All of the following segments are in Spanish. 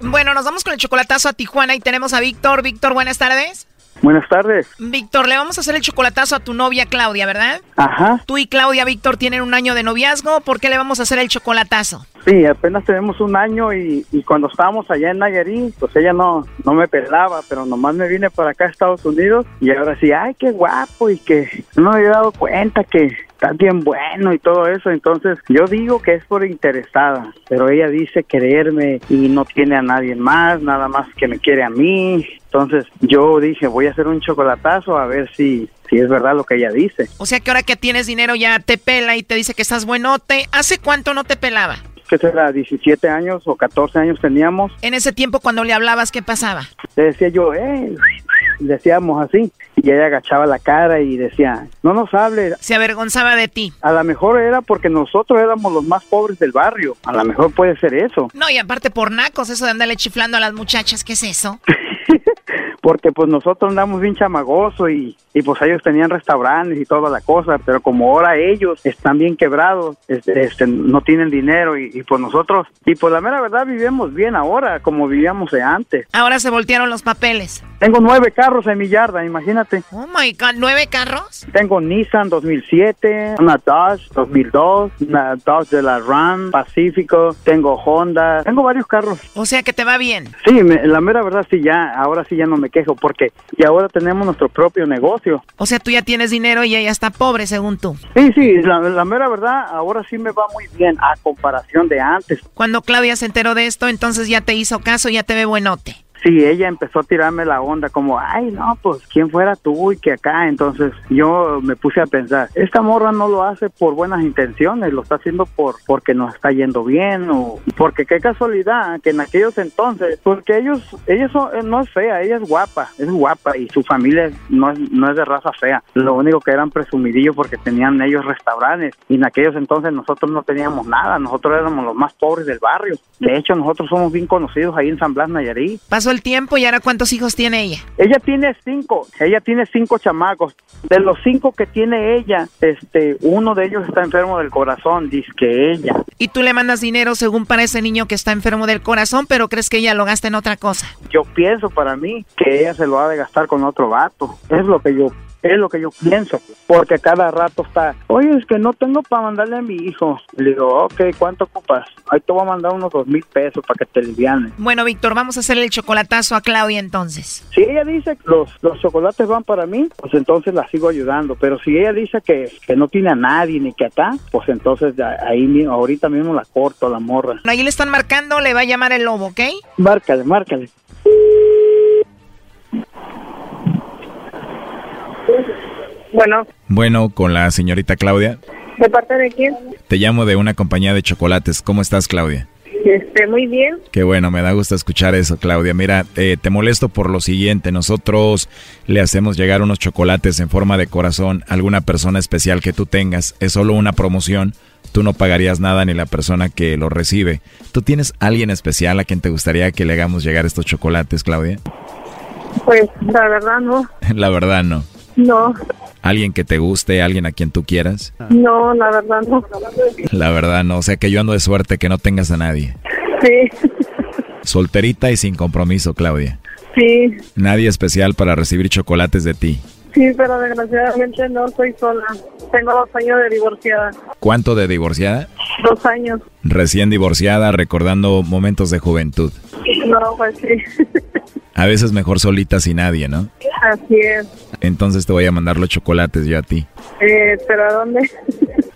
Bueno, nos vamos con el chocolatazo a Tijuana y tenemos a Víctor. Víctor, buenas tardes. Buenas tardes. Víctor, le vamos a hacer el chocolatazo a tu novia Claudia, ¿verdad? Ajá. Tú y Claudia, Víctor, tienen un año de noviazgo. ¿Por qué le vamos a hacer el chocolatazo? Sí, apenas tenemos un año y, y cuando estábamos allá en Nayarit, pues ella no, no me pelaba, pero nomás me vine para acá a Estados Unidos y ahora sí, ay, qué guapo y que no me había dado cuenta que estás bien bueno y todo eso. Entonces yo digo que es por interesada, pero ella dice quererme y no tiene a nadie más, nada más que me quiere a mí. Entonces yo dije, voy a hacer un chocolatazo a ver si, si es verdad lo que ella dice. O sea que ahora que tienes dinero ya te pela y te dice que estás buenote. ¿Hace cuánto no te pelaba? que será 17 años o 14 años teníamos, En ese tiempo cuando le hablabas, ¿qué pasaba? le decía yo, eh, decíamos así, y ella agachaba la cara y decía, no nos hable. Se avergonzaba de ti. A lo mejor era porque nosotros éramos los más pobres del barrio, a lo mejor puede ser eso, No, y aparte por nacos, eso de andarle chiflando a las muchachas, ¿qué es eso? porque pues nosotros andamos bien chamagoso y, y pues ellos tenían restaurantes y toda la cosa, pero como ahora ellos están bien quebrados, este, este, no tienen dinero y, y pues nosotros, y pues la mera verdad vivimos bien ahora como vivíamos de antes. Ahora se voltearon los papeles. Tengo nueve carros en mi yarda, imagínate. Oh my god, ¿nueve carros? Tengo Nissan 2007, una Dodge 2002, una Dodge de la Ram Pacífico, tengo Honda, tengo varios carros. O sea que te va bien. Sí, me- la mera verdad sí ya, ahora sí ya no me quejo porque y ahora tenemos nuestro propio negocio. O sea, tú ya tienes dinero y ella está pobre, según tú. Sí, sí, la, la mera verdad ahora sí me va muy bien a comparación de antes. Cuando Claudia se enteró de esto, entonces ya te hizo caso, ya te ve buenote. Sí, ella empezó a tirarme la onda como, ay, no, pues, ¿quién fuera tú y que acá? Entonces yo me puse a pensar, esta morra no lo hace por buenas intenciones, lo está haciendo por porque nos está yendo bien o porque qué casualidad que en aquellos entonces, porque ellos, ellos son- eh, no es fea, ella es guapa, es guapa y su familia es- no es, no es de raza fea, lo único que eran presumidillos porque tenían ellos restaurantes y en aquellos entonces nosotros no teníamos nada, nosotros éramos los más pobres del barrio, de hecho nosotros somos bien conocidos ahí en San Blas Nayarit. Pasó el tiempo y ahora cuántos hijos tiene ella. Ella tiene cinco, ella tiene cinco chamacos. De los cinco que tiene ella, este, uno de ellos está enfermo del corazón, dice que ella. Y tú le mandas dinero según para ese niño que está enfermo del corazón, pero crees que ella lo gasta en otra cosa. Yo pienso para mí que ella se lo ha de gastar con otro vato. Es lo que yo, es lo que yo pienso. Porque cada rato está, oye, es que no tengo para mandarle a mi hijo. Le digo, ok, ¿cuánto ocupas? Ahí te voy a mandar unos dos mil pesos para que te livianes. Bueno, Víctor, vamos a hacerle el chocolatazo a Claudia entonces. Si ella dice que los, los chocolates van para mí, pues entonces la sigo ayudando. Pero si ella dice que, que no tiene a nadie ni que acá, pues entonces ya ahí mi- ahorita mismo la corto, la morra. Ahí le están marcando, le va a llamar el lobo, ¿ok? Márcale, márcale. Bueno, Bueno, con la señorita Claudia. ¿de parte de quién? Te llamo de una compañía de chocolates. ¿Cómo estás, Claudia? Este, muy bien. Qué bueno, me da gusto escuchar eso, Claudia. Mira, eh, te molesto por lo siguiente. Nosotros le hacemos llegar unos chocolates en forma de corazón a alguna persona especial que tú tengas. Es solo una promoción tú no pagarías nada ni la persona que lo recibe. ¿Tú tienes alguien especial a quien te gustaría que le hagamos llegar estos chocolates, Claudia? Pues la verdad no, la verdad no. no, ¿Alguien que te guste, alguien a quien tú quieras? no, la verdad no. La verdad no, o sea que yo ando de suerte que no tengas a nadie. Sí, Solterita y sin compromiso, Claudia. sí, Nadie especial para recibir chocolates de ti. sí, pero desgraciadamente no soy sola. Tengo dos años de divorciada, ¿Cuánto de divorciada? dos años. Recién divorciada, recordando momentos de juventud. No, pues sí, A veces mejor solita sin nadie, ¿no? así es. Entonces te voy a mandar los chocolates yo a ti. Eh, pero ¿a dónde?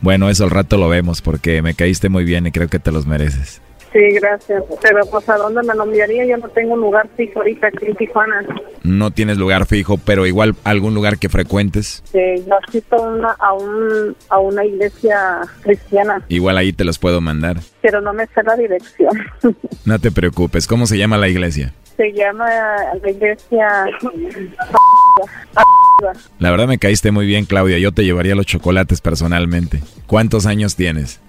Bueno, eso al rato lo vemos porque me caíste muy bien y creo que te los mereces. Sí, gracias. Pero pues a dónde me lo enviaría? Yo no tengo un lugar fijo ahorita aquí en Tijuana. No tienes lugar fijo, pero igual algún lugar que frecuentes, Sí, Eh, yo asisto a una, a, un, a una iglesia cristiana, igual ahí te los puedo mandar. pero no me sé la dirección. No te preocupes, ¿cómo se llama la iglesia? Se llama la iglesia... La verdad me caíste muy bien, Claudia. Yo te llevaría los chocolates personalmente. ¿Cuántos años tienes?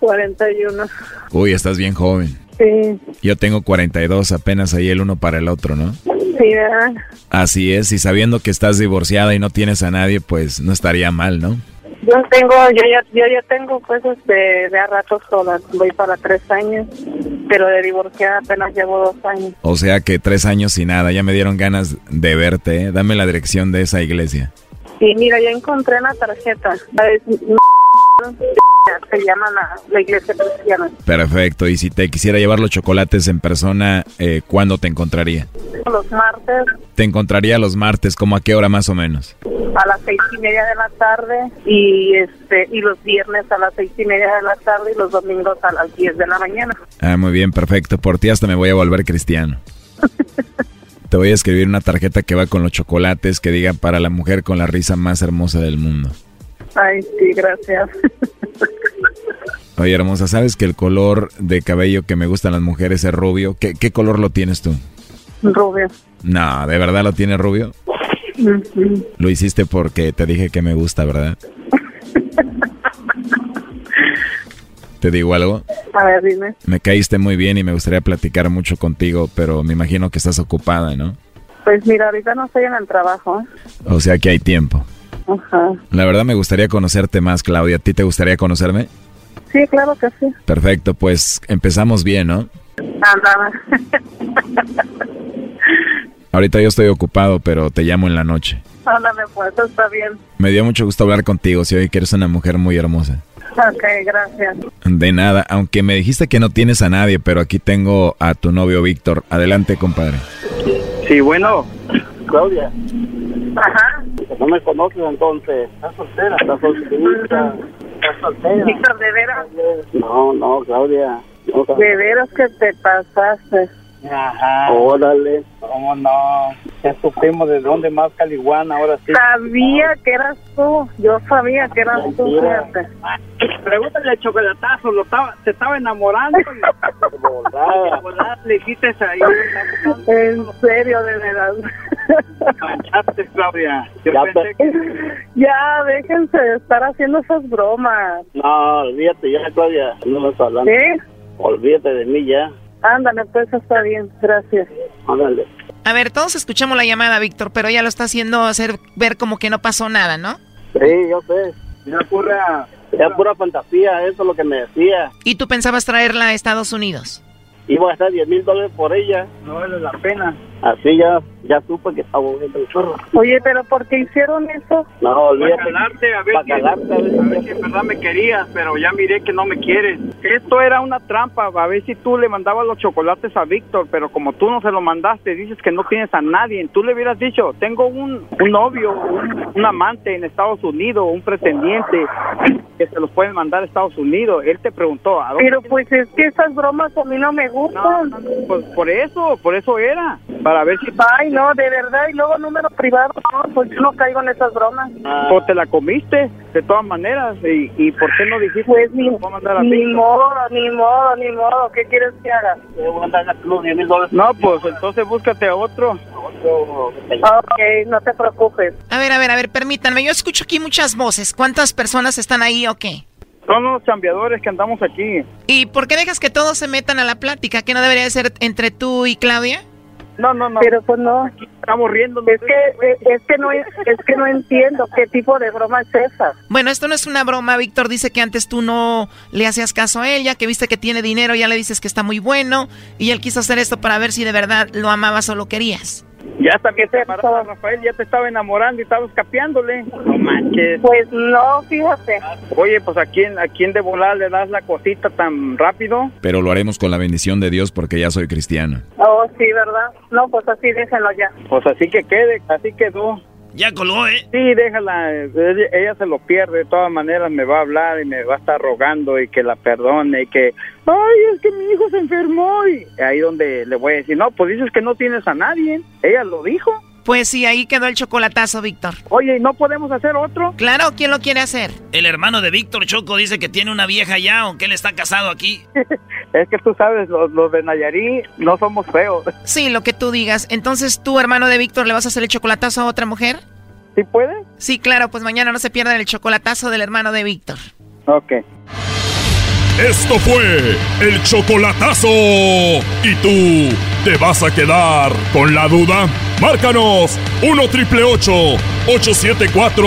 41. Uy, estás bien joven. Sí, Yo tengo 42, apenas ahí el uno para el otro, ¿no? sí, ¿verdad? Así es, y sabiendo que estás divorciada y no tienes a nadie, pues no estaría mal, ¿no? Yo tengo, yo ya, yo ya tengo pues de, de a rato sola, voy para tres años, pero de divorciada apenas llevo dos años. O sea que tres años y nada, ya me dieron ganas de verte, ¿eh? Dame la dirección de esa iglesia. Y mira, ya encontré la tarjeta, La es- se llama la, la iglesia cristiana. Perfecto, y si te quisiera llevar los chocolates en persona, eh, ¿cuándo te encontraría? Los martes Te encontraría los martes, ¿como a qué hora más o menos? a las seis y media de la tarde y este y los viernes a las seis y media de la tarde y los domingos a las diez de la mañana. Ah, muy bien, perfecto. Por ti hasta me voy a volver cristiano. Te voy a escribir una tarjeta que va con los chocolates que diga para la mujer con la risa más hermosa del mundo. Ay, sí, gracias. Oye, hermosa, ¿sabes que el color de cabello que me gustan las mujeres es rubio? ¿Qué, qué color lo tienes tú? Rubio. No, ¿de verdad lo tienes rubio? Lo hiciste porque te dije que me gusta, ¿verdad? ¿Te digo algo? A ver, dime. Me caíste muy bien y me gustaría platicar mucho contigo, pero me imagino que estás ocupada, ¿no? Pues mira, ahorita no estoy en el trabajo. ¿eh? O sea que hay tiempo. Ajá. La verdad me gustaría conocerte más, Claudia. ¿A ti te gustaría conocerme? Sí, claro que sí. Perfecto, pues empezamos bien, ¿no? Andaba. Ahorita yo estoy ocupado, pero te llamo en la noche. Ándame, pues, está bien. Me dio mucho gusto hablar contigo, si hoy que eres una mujer muy hermosa. Ok, gracias. De nada, aunque me dijiste que no tienes a nadie, pero aquí tengo a tu novio Víctor. Adelante, compadre. Sí, bueno. Claudia, Ajá. no me conoces entonces. ¿Estás soltera? ¿Estás solterita? ¿Estás soltera? Víctor, de veras, No, no, Claudia. No, de veras que te pasaste. Ajá, Órale. cómo no. Ya supimos de dónde más Caliguana, ahora sí. Sabía que eras tú. Yo sabía que eras tú, Mentira. fíjate. Pregúntale al chocolatazo, lo estaba, se estaba enamorando. y- De volada Le dijiste ahí, En serio, de veras. manchaste, Claudia. Yo Ya pensé que ya, déjense de estar haciendo esas bromas. No, olvídate ya, Claudia. No me estás hablando. ¿Sí? Olvídate de mí ya. Ándale, pues, está bien. Gracias. Ándale. A ver, todos escuchamos la llamada, Víctor, pero ella lo está haciendo hacer ver como que no pasó nada, ¿no? Sí, yo sé. ya ocurra. Era pura fantasía, eso es lo que me decía. Y tú pensabas traerla a Estados Unidos. Iba a gastar 10 mil dólares por ella. No vale la pena. Así ya, ya supe que estaba volviendo el chorro. Oye, pero ¿por qué hicieron eso? No, Para olvídate. calarte, a ver, Para si- calarte, a ver. a ver si en verdad me querías, pero ya miré que no me quieres. Esto era una trampa, a ver si tú le mandabas los chocolates a Víctor, pero como tú no se lo mandaste, dices que no tienes a nadie. Tú le hubieras dicho, tengo un, un novio, un, un amante en Estados Unidos, un pretendiente, que se los pueden mandar a Estados Unidos. Él te preguntó, ¿a dónde? Pero pues es que esas bromas a mí no me No, gustan. no, no, pues por eso, por eso era, para ver si Ay, no, de verdad, y luego número privado, no, pues yo no caigo en esas bromas. Ah. pues, te la comiste, de todas maneras, y, y por qué no dijiste Pues que ni, se los voy a mandar a ni Víctor? modo, ni modo, ni modo, ¿qué quieres que haga? Te voy pues, a mandar a club 10 mil dólares. No, pues entonces búscate a otro. Ok, no te preocupes. A ver, a ver, a ver, permítanme. Yo escucho aquí muchas voces. ¿Cuántas personas están ahí o qué? Son los chambeadores que andamos aquí. ¿Y por qué dejas que todos se metan a la plática? ¿Que no debería de ser entre tú y Claudia? No, no, no. Pero pues no, Estamos riendo. es que, eh, es que, no, es que no entiendo qué tipo de broma es esa. Bueno, esto no es una broma. Víctor dice que antes tú no le hacías caso a él, ya que viste que tiene dinero, ya le dices que está muy bueno. Y él quiso hacer esto para ver si de verdad lo amabas o lo querías. Ya también te separaba, Rafael, ya te estaba enamorando y estabas capeándole. No manches. Pues no, fíjate. Oye, pues a quién, a quién de volar le das la cosita tan rápido. Pero lo haremos con la bendición de Dios porque ya soy cristiano. Oh, sí, ¿verdad? No, pues así déjenlo ya. Pues así que quede, así quedó. Ya colgó, ¿eh? Sí, déjala, ella, ella se lo pierde, de todas maneras me va a hablar y me va a estar rogando y que la perdone y que, ay, es que mi hijo se enfermó y ahí donde le voy a decir, no, pues dices que no tienes a nadie, ella lo dijo. Pues sí, ahí quedó el chocolatazo, Víctor. Oye, ¿y no podemos hacer otro? Claro, ¿quién lo quiere hacer? El hermano de Víctor Choco dice que tiene una vieja ya, aunque él está casado aquí. Es que tú sabes, los, los de Nayarí no somos feos. Sí, lo que tú digas. Entonces, ¿tú, hermano de Víctor, le vas a hacer el chocolatazo a otra mujer? ¿Sí puedes? Sí, claro, pues mañana no se pierdan el chocolatazo del hermano de Víctor. Ok. Esto fue el chocolatazo. ¿Y tú te vas a quedar con la duda? Márcanos 1 triple 874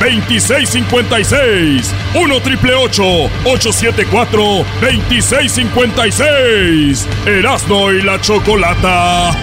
2656. 1 triple 874 2656. Erasno y la chocolata.